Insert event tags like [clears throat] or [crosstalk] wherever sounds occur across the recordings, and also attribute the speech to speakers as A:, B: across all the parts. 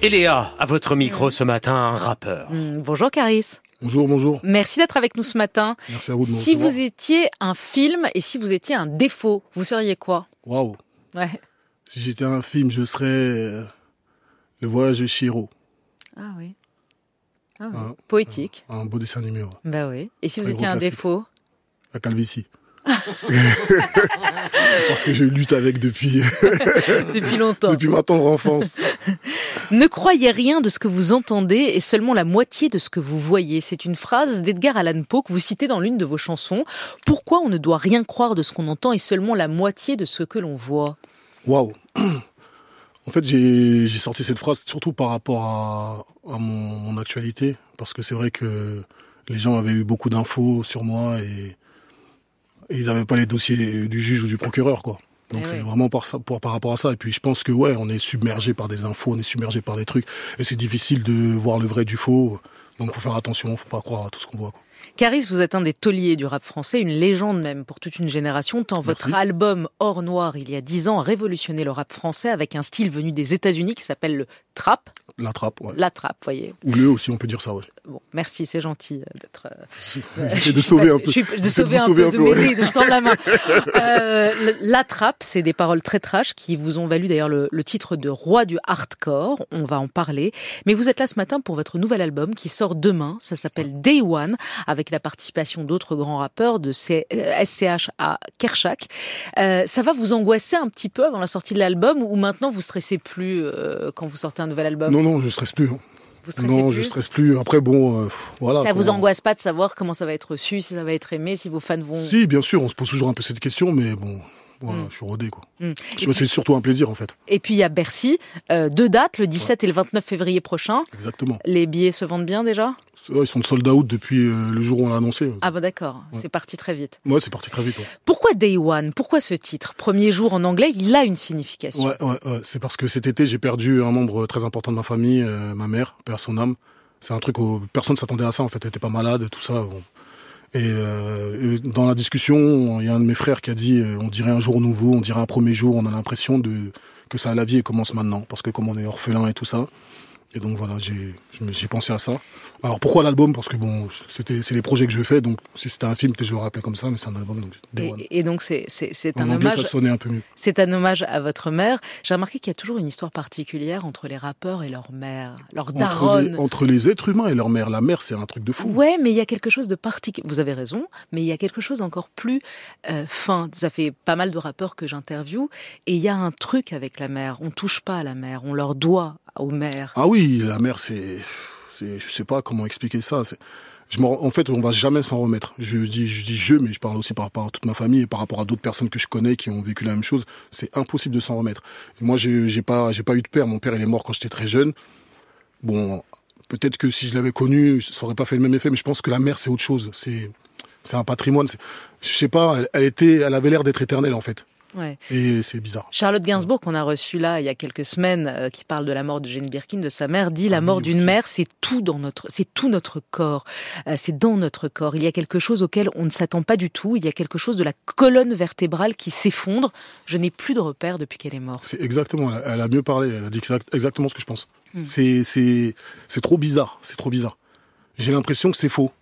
A: Et Léa, à votre micro ce matin, un rappeur.
B: Mm, Bonjour Caris.
C: Bonjour, bonjour.
B: Merci d'être avec nous ce matin.
C: Merci à vous de me
B: Si
C: recevoir.
B: vous étiez un film et si vous étiez un défaut, vous seriez quoi
C: Waouh.
B: Ouais.
C: Si j'étais un film, je serais euh, Le Voyage de Shiro,
B: Ah oui.
C: Ah.
B: Poétique.
C: un beau dessin animé, ouais.
B: Bah oui. Et si vous
C: Très
B: étiez
C: gros
B: un
C: classique.
B: défaut
C: la calvitie. [laughs] Parce que je lutte avec depuis,
B: [coughs] depuis longtemps.
C: depuis ma tendre enfance.
B: Ne croyez rien de ce que vous entendez et seulement la moitié de ce que vous voyez. C'est une phrase d'Edgar Allan Poe que vous citez dans l'une de vos chansons. Pourquoi on ne doit rien croire de ce qu'on entend et seulement la moitié de ce que l'on voit
C: Waouh. [clears throat] En fait, j'ai j'ai sorti cette phrase surtout par rapport à, à mon, mon actualité. Parce que c'est vrai que les gens avaient eu beaucoup d'infos sur moi et, et ils n'avaient pas les dossiers du juge ou du procureur, quoi. Donc
B: Eh
C: c'est
B: ouais.
C: vraiment par, ça, pour- par rapport à ça. Et puis je pense que ouais, on est submergé par des infos, on est submergé par des trucs. Et c'est difficile de voir le vrai du faux. Donc faut faire attention, faut pas croire à tout ce qu'on voit. Quoi.
B: Caris, vous êtes un des tauliers du rap français, une légende même pour toute une génération, tant
C: Merci.
B: votre album Or Noir, il y a dix ans, a révolutionné le rap français avec un style venu des États-Unis qui s'appelle le trap,
C: La trappe, ouais.
B: la trap, voyez.
C: Ou le aussi, on peut dire
B: [laughs]
C: ça, ouais.
B: Bon, merci, c'est gentil euh, d'être... euh,
C: J'essaie de sauver un peu.
B: Je suis- de sauver
C: vous
B: un
C: sauver
B: peu,
C: un
B: de
C: peu, ouais.
B: m'aider, de me tendre
C: [laughs]
B: la main. Euh, le- la trappe, c'est des paroles très trash qui vous ont valu d'ailleurs le, le titre de roi du hardcore. On va en parler. Mais vous êtes là ce matin pour votre nouvel album qui sort demain. Ça s'appelle Day One, avec la participation d'autres grands rappeurs de C- euh, SCH à Kershak. Euh, ça va vous angoisser un petit peu avant la sortie de l'album ou maintenant vous stressez plus euh, quand vous sortez un nouvel album
C: Non, non, je stresse plus. hein.
B: Vous stressez
C: Non,
B: plus
C: je stresse plus. Après, bon, euh, pff, voilà.
B: ça vous
C: quoi.
B: angoisse pas de savoir comment ça va être reçu, si ça va être aimé, si vos fans vont...
C: Si, bien sûr, on se pose toujours un peu cette question, mais bon, voilà,
B: Mm.
C: je suis rodé, quoi.
B: Mm.
C: Parce que C'est surtout un plaisir, en fait.
B: Et puis il y a Bercy, euh, deux dates, le 17 et le 29 février prochain.
C: Exactement.
B: Les billets se vendent bien déjà
C: Ouais, Ils sont sold out depuis euh, le jour où on l'a annoncé.
B: Ah bah d'accord,
C: Ouais.
B: c'est parti très vite.
C: Ouais, c'est parti très vite. ouais.
B: Pourquoi Day One Pourquoi ce titre Premier jour en anglais, il a une signification.
C: Ouais, ouais, ouais. C'est parce que cet été, j'ai perdu un membre très important de ma famille, euh, ma mère, père son âme. C'est un truc où personne ne s'attendait à ça, en fait. Elle était pas malade, tout ça. bon. Et, euh, et dans la discussion, il y a un de mes frères qui a dit euh, on dirait un jour nouveau, on dirait un premier jour, on a l'impression de que ça la vie et commence maintenant. Parce que comme on est orphelin et tout ça. Et donc voilà, j'ai je me- j'ai pensé à ça. Alors pourquoi l'album Parce que bon, c'était c'est les projets que je fais, donc si c'était un film, peut-être je le rappelais comme ça, mais c'est un album, donc Day One.
B: Et, et donc c'est- c'est c'est
C: En
B: un
C: anglais,
B: hommage,
C: ça sonnait un peu mieux.
B: c'est un hommage à votre mère. J'ai remarqué qu'il y a toujours une histoire particulière entre les rappeurs et leur mère, leur
C: entre
B: daronne.
C: les, entre les êtres humains et leur mère. La mère, c'est un truc de fou.
B: Ouais, mais il y a quelque chose de particulier. Vous avez raison, mais il y a quelque chose encore plus euh, fin. Ça fait pas mal de rappeurs que j'interviewe, et il y a un truc avec la mer. On touche pas à la mer, on leur doit aux mères.
C: Ah oui, la mère, c'est, c'est, je sais pas comment expliquer ça. C'est, je m'en- en fait, on va jamais s'en remettre. Je dis, je dis je, mais je parle aussi par rapport à toute ma famille et par rapport à d'autres personnes que je connais qui ont vécu la même chose. C'est impossible de s'en remettre. Et moi, j'ai, j'ai pas, j'ai pas eu de père. Mon père, il est mort quand j'étais très jeune. Bon, peut-être que si je l'avais connu, ça aurait pas fait le même effet. Mais je pense que la mère, c'est autre chose. C'est, c'est un patrimoine. C'est- je sais pas. Elle, elle était, elle avait l'air d'être éternelle en fait.
B: Ouais.
C: Et c'est bizarre.
B: Charlotte Gainsbourg, qu'on a reçue là il y a quelques semaines, euh, qui parle de la mort de Jane Birkin, de sa mère, dit la
C: Ah oui,
B: mort d'une
C: aussi.
B: mère, c'est tout dans notre, c'est tout notre corps, Euh, c'est dans notre corps. Il y a quelque chose auquel on ne s'attend pas du tout. Il y a quelque chose de la colonne vertébrale qui s'effondre. Je n'ai plus de repères depuis qu'elle est morte.
C: C'est exactement, elle a, elle a mieux parlé, elle a dit exact- exactement ce que je pense.
B: Mm.
C: C'est, c'est, c'est trop bizarre, c'est trop bizarre. J'ai l'impression que c'est faux.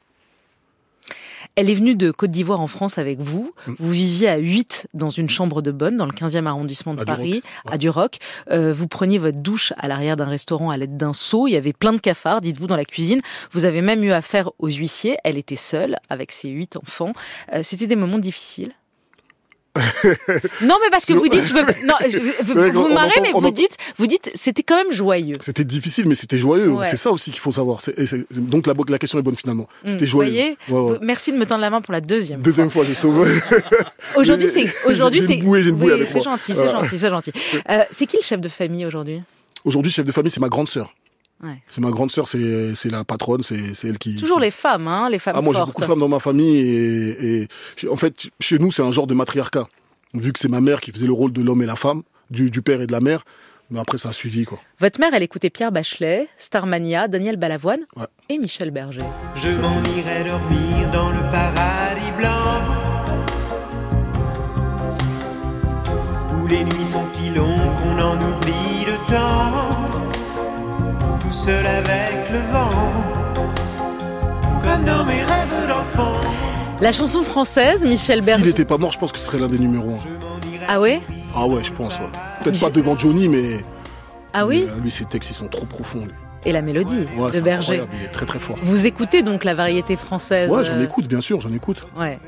B: Elle est venue de Côte d'Ivoire en France avec vous.
C: Mm.
B: Vous viviez à 8 dans une chambre de bonne, dans le 15e arrondissement de
C: À Duroc,
B: Paris,
C: ouais.
B: à Duroc. Euh, vous preniez votre douche à l'arrière d'un restaurant à l'aide d'un seau. Il y avait plein de cafards, dites-vous, dans la cuisine. Vous avez même eu affaire aux huissiers. Elle était seule avec ses 8 enfants. Euh, C'était des moments
C: [laughs]
B: difficiles. non, mais parce que vous dites, je veux, non, je- vous,
C: vrai qu'on-
B: vous
C: on
B: marrez,
C: entend-
B: mais
C: on
B: vous
C: entend-
B: dites, vous dites, c'était quand même joyeux.
C: C'était difficile, mais c'était joyeux.
B: Ouais.
C: C'est ça aussi qu'il faut savoir. C'est- et c'est- donc la, bo- la question est bonne finalement. C'était
B: Mm,
C: joyeux.
B: voyez
C: Ouais,
B: Vous-
C: ouais.
B: Merci de me tendre la main pour la deuxième. fois.
C: Deuxième fois, je sauve.
B: Aujourd'hui,
C: J'ai-
B: c'est aujourd'hui
C: j'ai
B: c'est
C: une bouée, j'ai une bouée
B: Oui,
C: avec
B: c'est
C: moi.
B: gentil, c'est
C: Voilà.
B: gentil, c'est
C: [laughs]
B: gentil. Euh, c'est qui le chef de famille aujourd'hui
C: [laughs] Aujourd'hui, chef de famille, c'est ma grande sœur.
B: Ouais.
C: C'est ma grande sœur, c'est, c'est la patronne, c'est, c'est elle qui.
B: Toujours les femmes, hein, les femmes
C: Ah, moi, j'ai
B: fortes.
C: beaucoup de femmes dans ma famille et, et j'ai- en fait, chez nous, c'est un genre de matriarcat. Vu que c'est ma mère qui faisait le rôle de l'homme et la femme, du, du père et de la mère, mais après, ça a suivi, quoi.
B: Votre mère, elle écoutait Pierre Bachelet, Starmania, Daniel Balavoine
C: Ouais.
B: et Michel Berger.
D: Je m'en irai dormir dans le paradis blanc Où les nuits sont si longues qu'on en oublie le temps seul avec le vent, comme dans mes rêves d'enfant.
B: La chanson française, Michel
C: S'il
B: Berger.
C: n'était pas mort, je pense que ce serait l'un des numéros 1.
B: Ah ouais
C: Ah ouais, je pense, ouais. Peut-être
B: Michel-
C: pas devant Johnny, mais.
B: Ah oui
C: mais, euh, Lui, ses textes, ils sont trop profonds, lui.
B: Et la mélodie
C: Ouais,
B: de
C: c'est
B: Berger.
C: incroyable, il est très très fort.
B: Vous écoutez donc la variété française
C: Ouais, j'en
B: euh,
C: écoute, bien sûr, j'en écoute.
B: Ouais.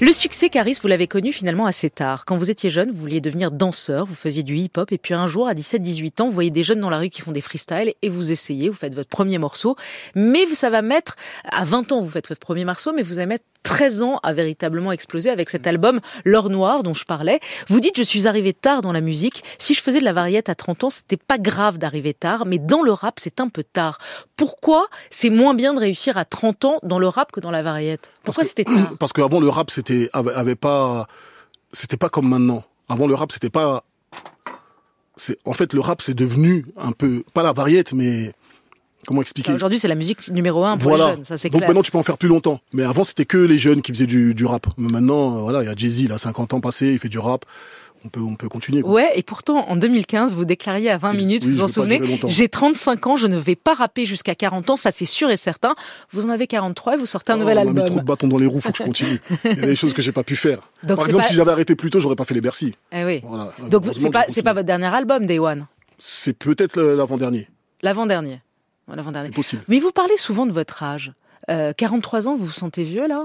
B: Le succès, Caris, vous l'avez connu finalement assez tard. Quand vous étiez jeune, vous vouliez devenir danseur, vous faisiez du hip-hop, et puis un jour, à 17-18 ans, vous voyez des jeunes dans la rue qui font des freestyles, et vous essayez, vous faites votre premier morceau, mais ça va mettre, à 20 ans, vous faites votre premier morceau, mais vous allez mettre 13 ans à véritablement exploser avec cet album L'Or Noir dont je parlais. Vous dites, je suis arrivé tard dans la musique, si je faisais de la variette à 30 ans, c'était pas grave d'arriver tard, mais dans le rap, c'est un peu tard. Pourquoi c'est moins bien de réussir à 30 ans dans le rap que dans la variette Pourquoi c'était tard
C: Parce qu'avant, le rap, c'était. avait- avait pas. C'était pas comme maintenant. Avant, le rap, c'était pas. c'est- En fait, le rap, c'est devenu un peu. Pas la variette, mais. Comment
B: Enfin,
C: expliquer
B: Aujourd'hui, c'est la musique numéro un pour les jeunes, ça c'est
C: Donc
B: clair.
C: maintenant, tu peux en faire plus longtemps. Mais avant, c'était que les jeunes qui faisaient du, du rap. Mais maintenant, euh, voilà, il y a Jay-Z, il a 50 ans passé, il fait du rap. On peut, on peut continuer. quoi.
B: Ouais, et pourtant, en 2015, vous déclariez à 20
C: Ex-
B: minutes,
C: oui,
B: vous vous en
C: je veux pas
B: souvenez,
C: durer longtemps.
B: j'ai 35 ans, je ne vais pas rapper jusqu'à 40 ans, ça c'est sûr et certain. Vous en avez 43 et vous sortez un
C: Oh,
B: nouvel
C: On m'a mis trop
B: album.
C: de bâtons dans les roues, faut que je continue. Il y a des choses que j'ai pas pu faire.
B: [laughs] Donc,
C: Par
B: c'est
C: exemple,
B: pas-
C: si j'avais arrêté plus tôt, j'aurais pas fait les Bercy.
B: Eh oui.
C: Voilà.
B: Donc vous-
C: Heureusement
B: c'est
C: que
B: pas,
C: j'ai
B: c'est pas
C: continué.
B: votre dernier album, Day One,
C: C'est peut-être le- l'avant-dernier.
B: l'avant-dernier. Ouais, L'avant-dernier.
C: C'est possible.
B: Mais vous parlez souvent de votre âge. Euh, 43 ans, vous vous sentez vieux là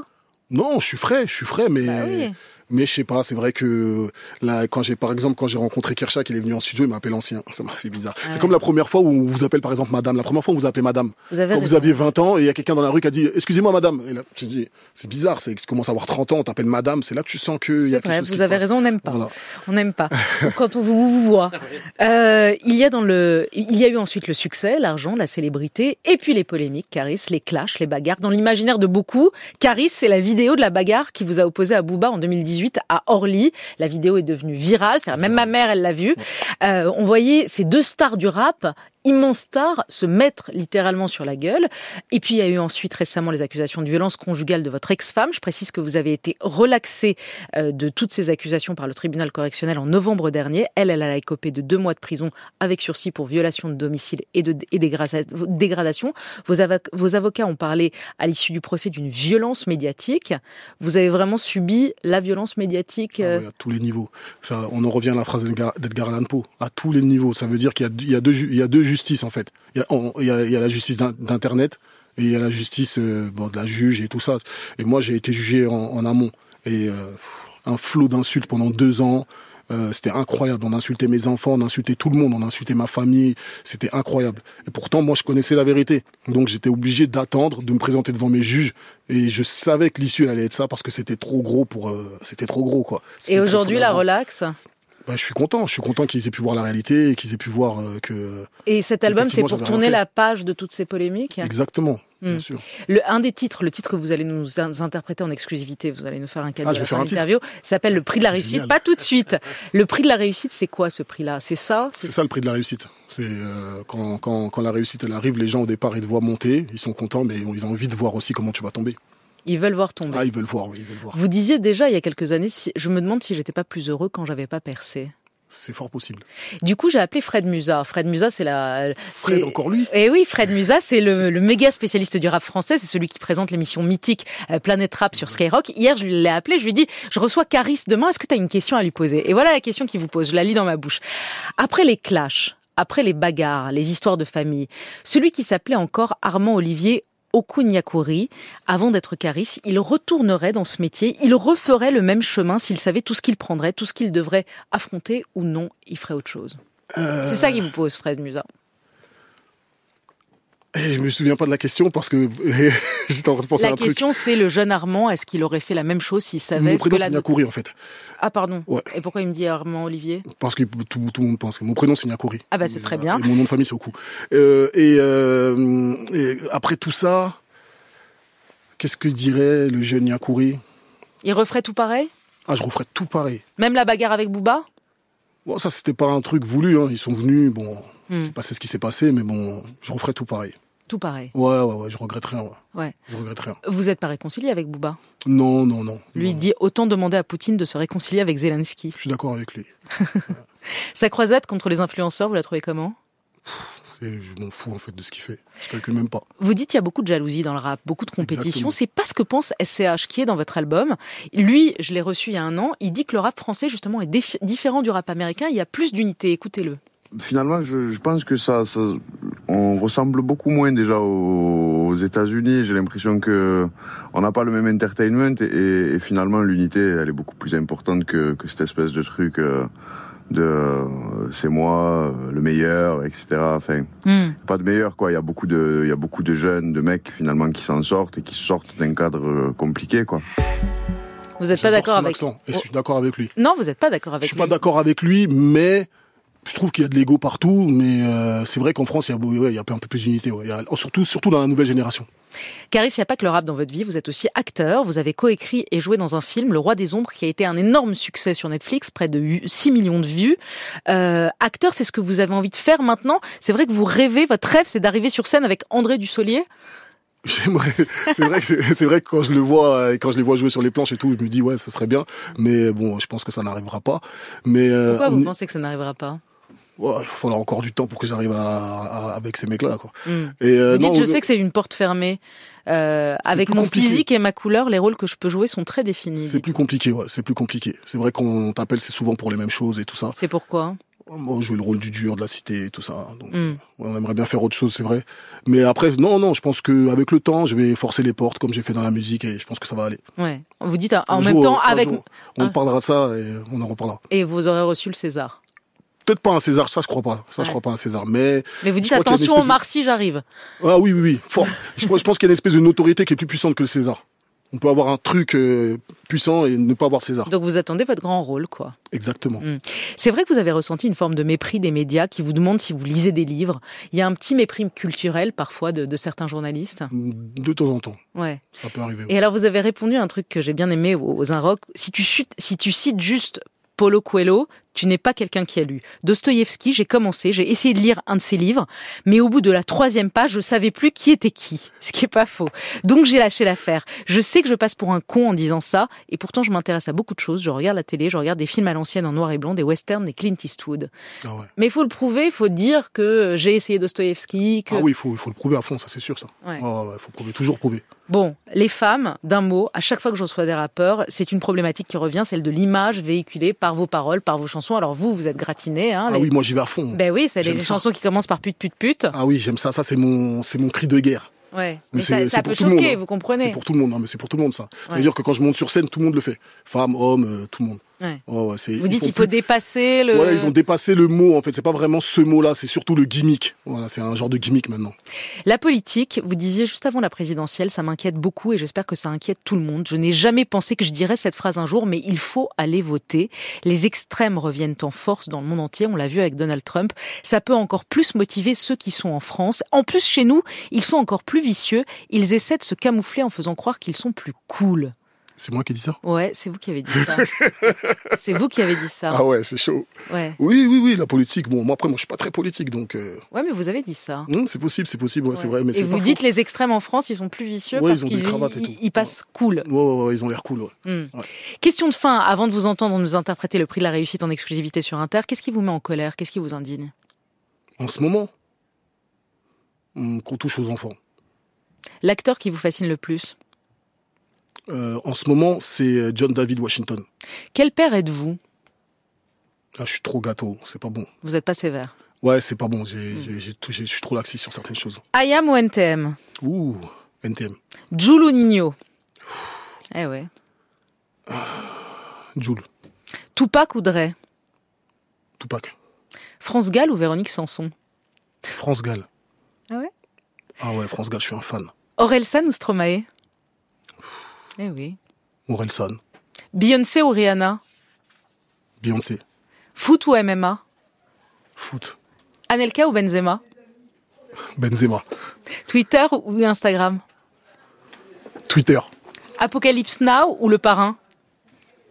C: Non, je suis frais, je suis frais, mais
B: Bah oui.
C: mais je sais pas. C'est vrai que là, quand j'ai par exemple quand j'ai rencontré Kershak, il est venu en studio, il m'a appelé l'ancien. Ça m'a fait bizarre.
B: Ah ouais.
C: C'est comme la première fois où on vous appelle par exemple Madame. La première fois où on vous appelez Madame.
B: Vous avez
C: Quand
B: raison.
C: vous aviez 20 ans et il y a quelqu'un dans la rue qui a dit Excusez-moi Madame. Et là, tu dis c'est bizarre. C'est que tu commences à avoir 30 ans, on t'appelle Madame. C'est là que tu sens que il y
B: C'est
C: a quelque
B: vrai,
C: chose qui
B: vous
C: se
B: avez
C: passe.
B: raison, on n'aime pas.
C: Voilà.
B: On n'aime pas. Ou quand on vous, vous- vous voit. Euh, il y a dans le, il y a eu ensuite le succès, l'argent, la célébrité, et puis les polémiques, Caris, les clashs, les bagarres. Dans l'imaginaire de beaucoup, Caris, c'est la vidéo de la bagarre qui vous a opposé à Booba en 2018 à Orly. La vidéo est devenue virale. c'est-à-dire Même ma mère, elle l'a vue. Euh, on voyait ces deux stars du rap, immenses stars, se mettre littéralement sur la gueule. Et puis il y a eu ensuite récemment les accusations de violence conjugale de votre ex-femme. Je précise que vous avez été relaxé euh, de toutes ces accusations par le tribunal correctionnel en novembre dernier. Elle, elle a écopé de deux mois de prison avec sursis pour violation de domicile et de et dégrasa- dégradation. Vos, ava- vos avocats ont parlé à l'issue du procès d'une violence médiatique. Vous avez vraiment subi la violence médiatique.
C: Ah
B: euh,
C: ouais, à tous les niveaux. Ça, on en revient à la phrase d'Edgar d'Edgar Allan Poe. À tous les niveaux. Ça veut dire qu'il y a, il y, a deux ju- il y a deux justices, en fait. Il y a, on- il y a- il y a la justice d'in- d'Internet et il y a la justice euh, bon, de la juge et tout ça. Et moi, j'ai été jugé en, en amont. Et euh, un flot d'insultes pendant deux ans. Euh, c'était incroyable. On insultait mes enfants, on insultait tout le monde, on insultait ma famille. C'était incroyable. Et pourtant, moi, je connaissais la vérité. Donc, j'étais obligé d'attendre, de me présenter devant mes juges. Et je savais que l'issue elle allait être ça parce que c'était trop gros pour. euh, c'était trop gros, quoi. C'était
B: Et
C: trop
B: aujourd'hui, la
C: fondamental.
B: relaxe.
C: Bah, je suis content. Je suis content qu'ils aient pu voir la réalité et qu'ils aient pu voir euh, que.
B: Et cet album, c'est
C: Effectivement,
B: pour
C: j'avais
B: tourner
C: rien fait.
B: la page de toutes ces polémiques.
C: Exactement.
B: Hmm.
C: Bien sûr.
B: Le, un des titres, le titre que vous allez nous in- interpréter en exclusivité, vous allez nous faire un cadeau
C: Ah, je vais
B: à la
C: faire
B: fin
C: un
B: de
C: titre
B: l'interview, s'appelle Le prix de la réussite.
C: Génial.
B: Pas tout de suite. Le prix de la réussite, c'est quoi ce prix-là C'est ça C'est-
C: C'est ça le prix de la réussite. C'est euh, quand, quand, quand la réussite elle arrive, les gens au départ ils te voient monter, ils sont contents, mais ils ont envie de voir aussi comment tu vas tomber.
B: Ils veulent voir tomber.
C: Ah, ils veulent voir, oui, ils veulent voir.
B: vous disiez déjà il y a quelques années, si- je me demande si j'étais pas plus heureux quand j'avais pas percé.
C: C'est fort possible.
B: Du coup, j'ai appelé Fred Musa. Fred Musa, c'est la.
C: Fred,
B: c'est-
C: encore lui.
B: Et Eh oui, Fred Musa, c'est le, le méga spécialiste du rap français, c'est celui qui présente l'émission mythique euh, Planète Rap sur Skyrock. Hier, je l'ai appelé, je lui ai dit, je reçois Caris demain, est-ce que tu as une question à lui poser Et voilà la question qu'il vous pose, je la lis dans ma bouche. Après les clashs, après les bagarres, les histoires de famille, celui qui s'appelait encore Armand Olivier Okunyakuri, avant d'être Caris, il retournerait dans ce métier, il referait le même chemin s'il savait tout ce qu'il prendrait, tout ce qu'il devrait affronter ou non, il ferait autre chose.
C: euh,
B: C'est ça qui vous pose, Fred Musa.
C: Et eh, je me souviens pas de la question parce que eh, [laughs] j'étais en train de penser à
B: La
C: un truc.
B: question, c'est le jeune Armand, est-ce qu'il aurait fait la même chose s'il savait
C: Mon
B: ce que
C: prénom
B: la...
C: c'est Niakouri en fait,
B: Ah, pardon.
C: Ouais.
B: Et pourquoi il me dit Armand Olivier
C: parce que tout, tout le monde pense que mon prénom c'est Niakouri.
B: Ah bah, c'est très
C: Voilà.
B: bien.
C: Et mon nom de famille c'est Oku. Euh, et, euh, et après tout ça, qu'est-ce que dirait le jeune Niakouri
B: Il referait tout pareil
C: Ah, je referais tout pareil.
B: Même la bagarre avec Booba
C: Bon, ça, c'était pas un truc voulu. hein. Ils sont venus, bon,
B: Hmm.
C: c'est passé ce qui s'est passé, mais bon, je referais tout pareil.
B: Tout pareil.
C: Ouais, ouais, ouais, je regrette rien. Ouais.
B: Ouais.
C: Je regrette rien.
B: Vous êtes pas réconcilié avec Booba
C: Non, non, non.
B: Lui
C: Non.
B: dit autant demander à Poutine de se réconcilier avec Zelensky.
C: Je suis d'accord avec lui.
B: Sa croisade contre les influenceurs, vous la trouvez comment
C: et je m'en fous en fait de ce qu'il fait. Je calcule même pas.
B: Vous dites qu'il y a beaucoup de jalousie dans le rap, beaucoup de compétition.
C: Exactement.
B: C'est pas ce que pense SCH qui est dans votre album. Lui, je l'ai reçu il y a un an. Il dit que le rap français justement est défi- différent du rap américain. Il y a plus d'unité. Écoutez-le.
E: Finalement, je, je pense que ça, ça- on ressemble beaucoup moins déjà aux, aux États-Unis. J'ai l'impression que on n'a pas le même entertainment et, et finalement l'unité, elle est beaucoup plus importante que, que cette espèce de truc euh, de euh, c'est moi euh, le meilleur, etc. Enfin,
B: Hmm.
E: pas de meilleur quoi. Il y a beaucoup de, il y a beaucoup de jeunes, de mecs finalement qui s'en sortent et qui sortent d'un cadre euh, compliqué quoi.
B: Vous n'êtes pas
C: J'adore
B: d'accord
C: son
B: avec
C: accent, et je suis d'accord avec lui.
B: Non, vous n'êtes pas d'accord avec.
C: Je suis pas
B: lui.
C: d'accord avec lui, mais je trouve qu'il y a de l'ego partout. Mais euh, c'est vrai qu'en France, il y a, beau- ouais, il y a un peu plus d'unité. ouais. Il y a- oh, surtout, surtout dans la nouvelle génération. [laughs]
B: Caris, il n'y a pas que le rap dans votre vie, vous êtes aussi acteur, vous avez coécrit et joué dans un film, Le Roi des Ombres, qui a été un énorme succès sur Netflix, près de hu- 6 millions de vues. Euh, acteur, c'est ce que vous avez envie de faire maintenant C'est vrai que vous rêvez, votre rêve, c'est d'arriver sur scène avec André Dussolier
C: J'aimerais- c'est vrai, que- c'est vrai que quand je le vois, euh, et quand je les vois jouer sur les planches et tout, je me dis ouais, ça serait bien. Mais bon, je pense que ça n'arrivera pas. Mais euh,
B: Pourquoi
C: on-
B: vous pensez que ça n'arrivera pas
C: ouais, il faudra encore du temps pour que j'arrive à, à- avec ces mecs-là. Quoi.
B: Hmm.
C: Et euh,
B: Vous dites,
C: non,
B: je
C: on-
B: sais que c'est une porte fermée. Euh,
C: C'est
B: avec
C: plus
B: mon
C: compliqué.
B: physique et ma couleur, les rôles que je peux jouer sont très définis.
C: c'est plus compliqué. Ouais, c'est plus compliqué. C'est vrai qu'on t'appelle, c'est souvent pour les mêmes choses et tout ça.
B: C'est pourquoi
C: Moi, jouer le rôle du dur, de la cité et tout ça. hein, Donc,
B: Hmm.
C: Ouais, On aimerait bien faire autre chose, c'est vrai. Mais après, non, non, je pense que avec le temps, je vais forcer les portes comme j'ai fait dans la musique et je pense que ça va aller.
B: ouais. Vous dites en
C: Un
B: même
C: jour,
B: temps
C: un
B: avec
C: jour, on
B: Ah.
C: parlera de ça et on en reparlera.
B: et vous aurez reçu le César.
C: Peut-être pas un César, ça je crois pas. Ça
B: Ouais.
C: je crois pas un César. Mais
B: Mais vous dites
C: Je crois qu'il y a une
B: attention,
C: espèce de-
B: Marcy, j'arrive.
C: ah oui, oui, oui,
B: [laughs]
C: fort. je, pense- je pense qu'il y a une espèce de notoriété qui est plus puissante que le César. On peut avoir un truc euh, puissant et ne pas avoir César.
B: Donc vous attendez votre grand rôle, quoi.
C: Exactement.
B: C'est vrai que vous avez ressenti une forme de mépris des médias qui vous demandent si vous lisez des livres. Il y a un petit mépris culturel parfois de, de certains journalistes.
C: De temps en temps,
B: Ouais.
C: ça peut arriver.
B: Et alors vous avez répondu à un truc que j'ai bien aimé aux, aux Inrocks. Si tu, chutes- si tu cites juste Paulo Coelho, tu n'es pas quelqu'un qui a lu. Dostoïevski, j'ai commencé, j'ai essayé de lire un de ses livres, mais au bout de la troisième page, je savais plus qui était qui, ce qui est pas faux. Donc j'ai lâché l'affaire. Je sais que je passe pour un con en disant ça, et pourtant je m'intéresse à beaucoup de choses. Je regarde la télé, je regarde des films à l'ancienne en noir et blanc, des westerns, des Clint Eastwood.
C: Ah, ouais.
B: Mais il faut le prouver, il faut dire que j'ai essayé Dostoïevski, que
C: Ah oui, il faut, il faut le prouver à fond, ça c'est sûr, ça.
B: Ouais.
C: il faut prouver, toujours prouver.
B: Bon, les femmes, d'un mot, à chaque fois que je reçois des rappeurs, c'est une problématique qui revient, celle de l'image véhiculée par vos paroles, par vos chansons. Alors vous, vous êtes gratiné, hein
C: Ah
B: les-
C: oui, moi j'y vais à fond.
B: Ben oui, c'est les,
C: J'aime
B: les
C: ça.
B: chansons qui commencent par pute, pute, pute.
C: Ah oui, j'aime ça, ça c'est mon, c'est mon cri de guerre.
B: Ouais.
C: Mais
B: Mais ça,
C: c'est-
B: ça
C: c'est
B: peut
C: pour tout le monde,
B: choquer,
C: hein.
B: vous
C: C'est
B: comprenez
C: pour tout le monde, non, mais c'est pour tout le monde ça.
B: Ouais.
C: C'est-à-dire que quand je monte sur scène, tout le monde le fait. Femme, homme, euh, tout le monde. Oh,
B: Ouais.
C: Ouais, ouais, c'est-
B: Vous dites
C: ils
B: il faut
C: font plus-
B: dépasser le...
C: Voilà, ils ont dépassé le mot en fait. C'est pas vraiment ce mot-là, c'est surtout le gimmick. Voilà, c'est un genre de gimmick maintenant.
B: La politique, vous disiez juste avant la présidentielle, ça m'inquiète beaucoup et j'espère que ça inquiète tout le monde. Je n'ai jamais pensé que je dirais cette phrase un jour, mais il faut aller voter. Les extrêmes reviennent en force dans le monde entier, on l'a vu avec Donald Trump. Ça peut encore plus motiver ceux qui sont en France. En plus, chez nous, ils sont encore plus vicieux. Ils essaient de se camoufler en faisant croire qu'ils sont plus cool.
C: C'est moi qui dis ça
B: Ouais, c'est vous qui avez dit
C: [laughs]
B: ça. c'est vous qui avez dit ça.
C: Ah ouais, c'est chaud.
B: Ouais.
C: Oui, oui, oui, la politique. Bon, moi après, moi je suis pas très politique, donc euh,
B: ouais, mais vous avez dit ça.
C: non, c'est possible, c'est possible, ouais, c'est
B: Ouais.
C: vrai, mais
B: et
C: c'est pas
B: vous
C: faux.
B: dites les extrêmes en France, ils sont plus vicieux
C: Ouais,
B: parce
C: ils ont des
B: qu'ils
C: cravates et
B: ils-
C: tout.
B: ils passent cool.
C: Ouais, ouais, ouais, ils ont l'air cool. ouais.
B: Hmm.
C: Ouais.
B: Question de fin, avant de vous entendre nous interpréter le prix de la réussite en exclusivité sur Inter, qu'est-ce qui vous met en colère Qu'est-ce qui vous indigne
C: En ce moment, hum, qu'on touche aux enfants.
B: L'acteur qui vous fascine le plus
C: Euh, en ce moment, c'est euh, John David Washington.
B: Quel père êtes-vous
C: Ah, je suis trop gâteau, c'est pas bon.
B: Vous n'êtes pas sévère.
C: Ouais, c'est pas bon. j'ai-
B: Hmm.
C: j'ai- j'ai tout- j'ai- Je suis trop laxiste sur certaines choses.
B: IAM ou NTM
C: Ouh, NTM.
B: Jules ou Nino Eh ouais.
C: Jules,
B: Tupac ou Dre
C: Tupac,
B: France Gall ou Véronique Sanson
C: France Gall.
B: Ah ouais
C: Ah ouais, France Gall, je suis un fan.
B: Orelsan ou Stromae Eh oui.
C: Orelsan,
B: Beyoncé ou Rihanna
C: Beyoncé,
B: Foot ou MMA
C: foot,
B: Anelka ou Benzema
C: Benzema,
B: Twitter ou Instagram
C: Twitter,
B: Apocalypse Now ou Le Parrain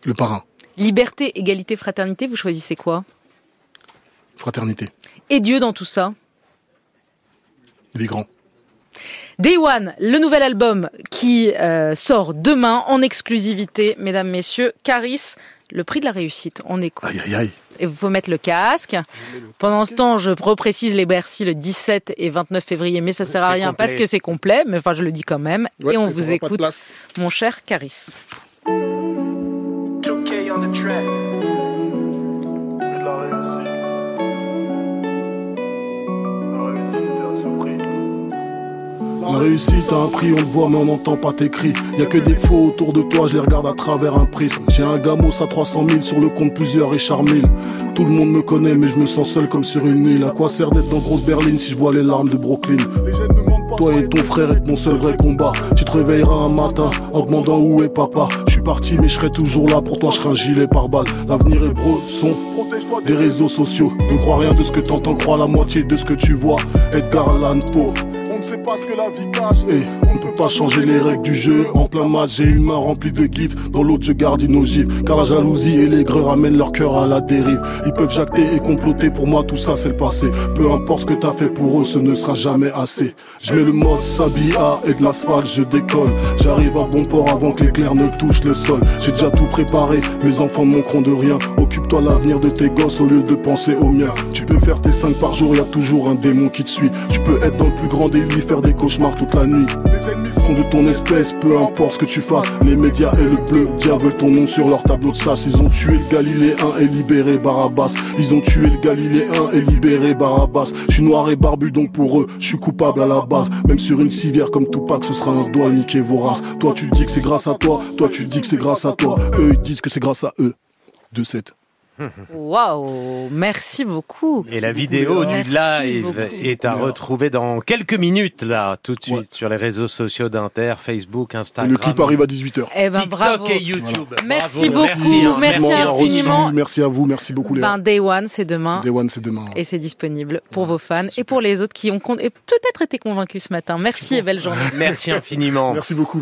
C: le parrain,
B: Liberté, égalité, fraternité, vous choisissez quoi
C: fraternité,
B: Et Dieu dans tout ça
C: il est grand.
B: Day One, le nouvel album qui euh, sort demain en exclusivité, mesdames, messieurs, Caris, le prix de la réussite. On écoute.
C: Aïe, aïe, aïe.
B: Il faut mettre le casque. Pendant ce temps, je reprécise les Bercy le 17 et 29 février, mais ça sert à
A: C'est
B: rien
A: complet.
B: parce que c'est complet, mais enfin je le dis quand même.
C: Ouais,
B: et on
C: mais
B: vous
C: t'auras pas de
B: écoute,
C: place.
B: mon cher Caris.
F: 2K on the track. La réussite. La réussite à ce prix.
C: La réussite a un prix, on le voit mais on n'entend pas tes cris. Y a que des faux autour de toi, je les regarde à travers un prisme. J'ai un gamos à 300 000 sur le compte plusieurs Richard Mille. Tout le monde me connaît mais je me sens seul comme sur une île. À quoi sert d'être dans grosse berline si je vois les larmes de Brooklyn Toi et ton frère êtes mon seul vrai combat. Tu te réveilleras un matin en demandant où est papa. Je suis parti mais je serai toujours là pour toi, je serai un gilet par balle. L'avenir est bro, son des réseaux sociaux. Ne crois rien de ce que t'entends, crois la moitié de ce que tu vois. Edgar Allan Poe. On ne sait pas ce que la vie cache. Et on ne peut pas changer les règles du jeu. En plein match, j'ai une main remplie de gifs. Dans l'autre, je garde une ogive. Car la jalousie et l'aigreur amènent leur cœur à la dérive. Ils peuvent jacter et comploter. Pour moi, tout ça, c'est le passé. Peu importe ce que t'as fait pour eux, ce ne sera jamais assez. Je mets le mode Sabia et de l'asphalte, je décolle. J'arrive à bon port avant que l'éclair ne touche le sol. J'ai déjà tout préparé. Mes enfants ne manqueront de rien. Occupe-toi l'avenir de tes gosses au lieu de penser au mien. Tu peux faire tes 5 par jour, y a toujours un démon qui te suit. Tu peux être dans le plus grand délit, faire des cauchemars toute la nuit. Les ennemis sont de ton espèce, peu importe ce que tu fasses. Les médias et le bleu diable ton nom sur leur tableau de chasse. Ils ont tué le Galiléen et libéré Barabbas. Ils ont tué le Galiléen et libéré Barabbas. Je suis noir et barbu, donc pour eux, je suis coupable à la base. Même sur une civière comme Tupac, ce sera un doigt niquer vos races. Toi, tu dis que c'est grâce à toi. Toi, tu dis que c'est grâce à toi. Eux, ils disent que c'est grâce à eux. De cette.
B: Waouh, merci beaucoup.
A: Et la vidéo du
B: Merci beaucoup.
A: live est à
C: Léa.
A: retrouver dans quelques minutes, là, tout de suite, sur les réseaux sociaux d'Inter, Facebook,
C: Et
A: Instagram.
C: le clip arrive à 18h.
B: Eh ben
A: TikTok
B: bravo.
A: et YouTube.
B: Merci
A: Bravo,
B: beaucoup,
A: hein,
B: merci
A: hein,
B: infiniment.
C: Merci à vous, merci beaucoup les
B: Ben, Day One, c'est demain.
C: Day One, c'est demain.
B: Et c'est disponible pour vos fans et pour les autres qui ont con- et peut-être été convaincus ce matin. Merci et belle journée.
A: Rosie. Merci infiniment.
C: Merci beaucoup.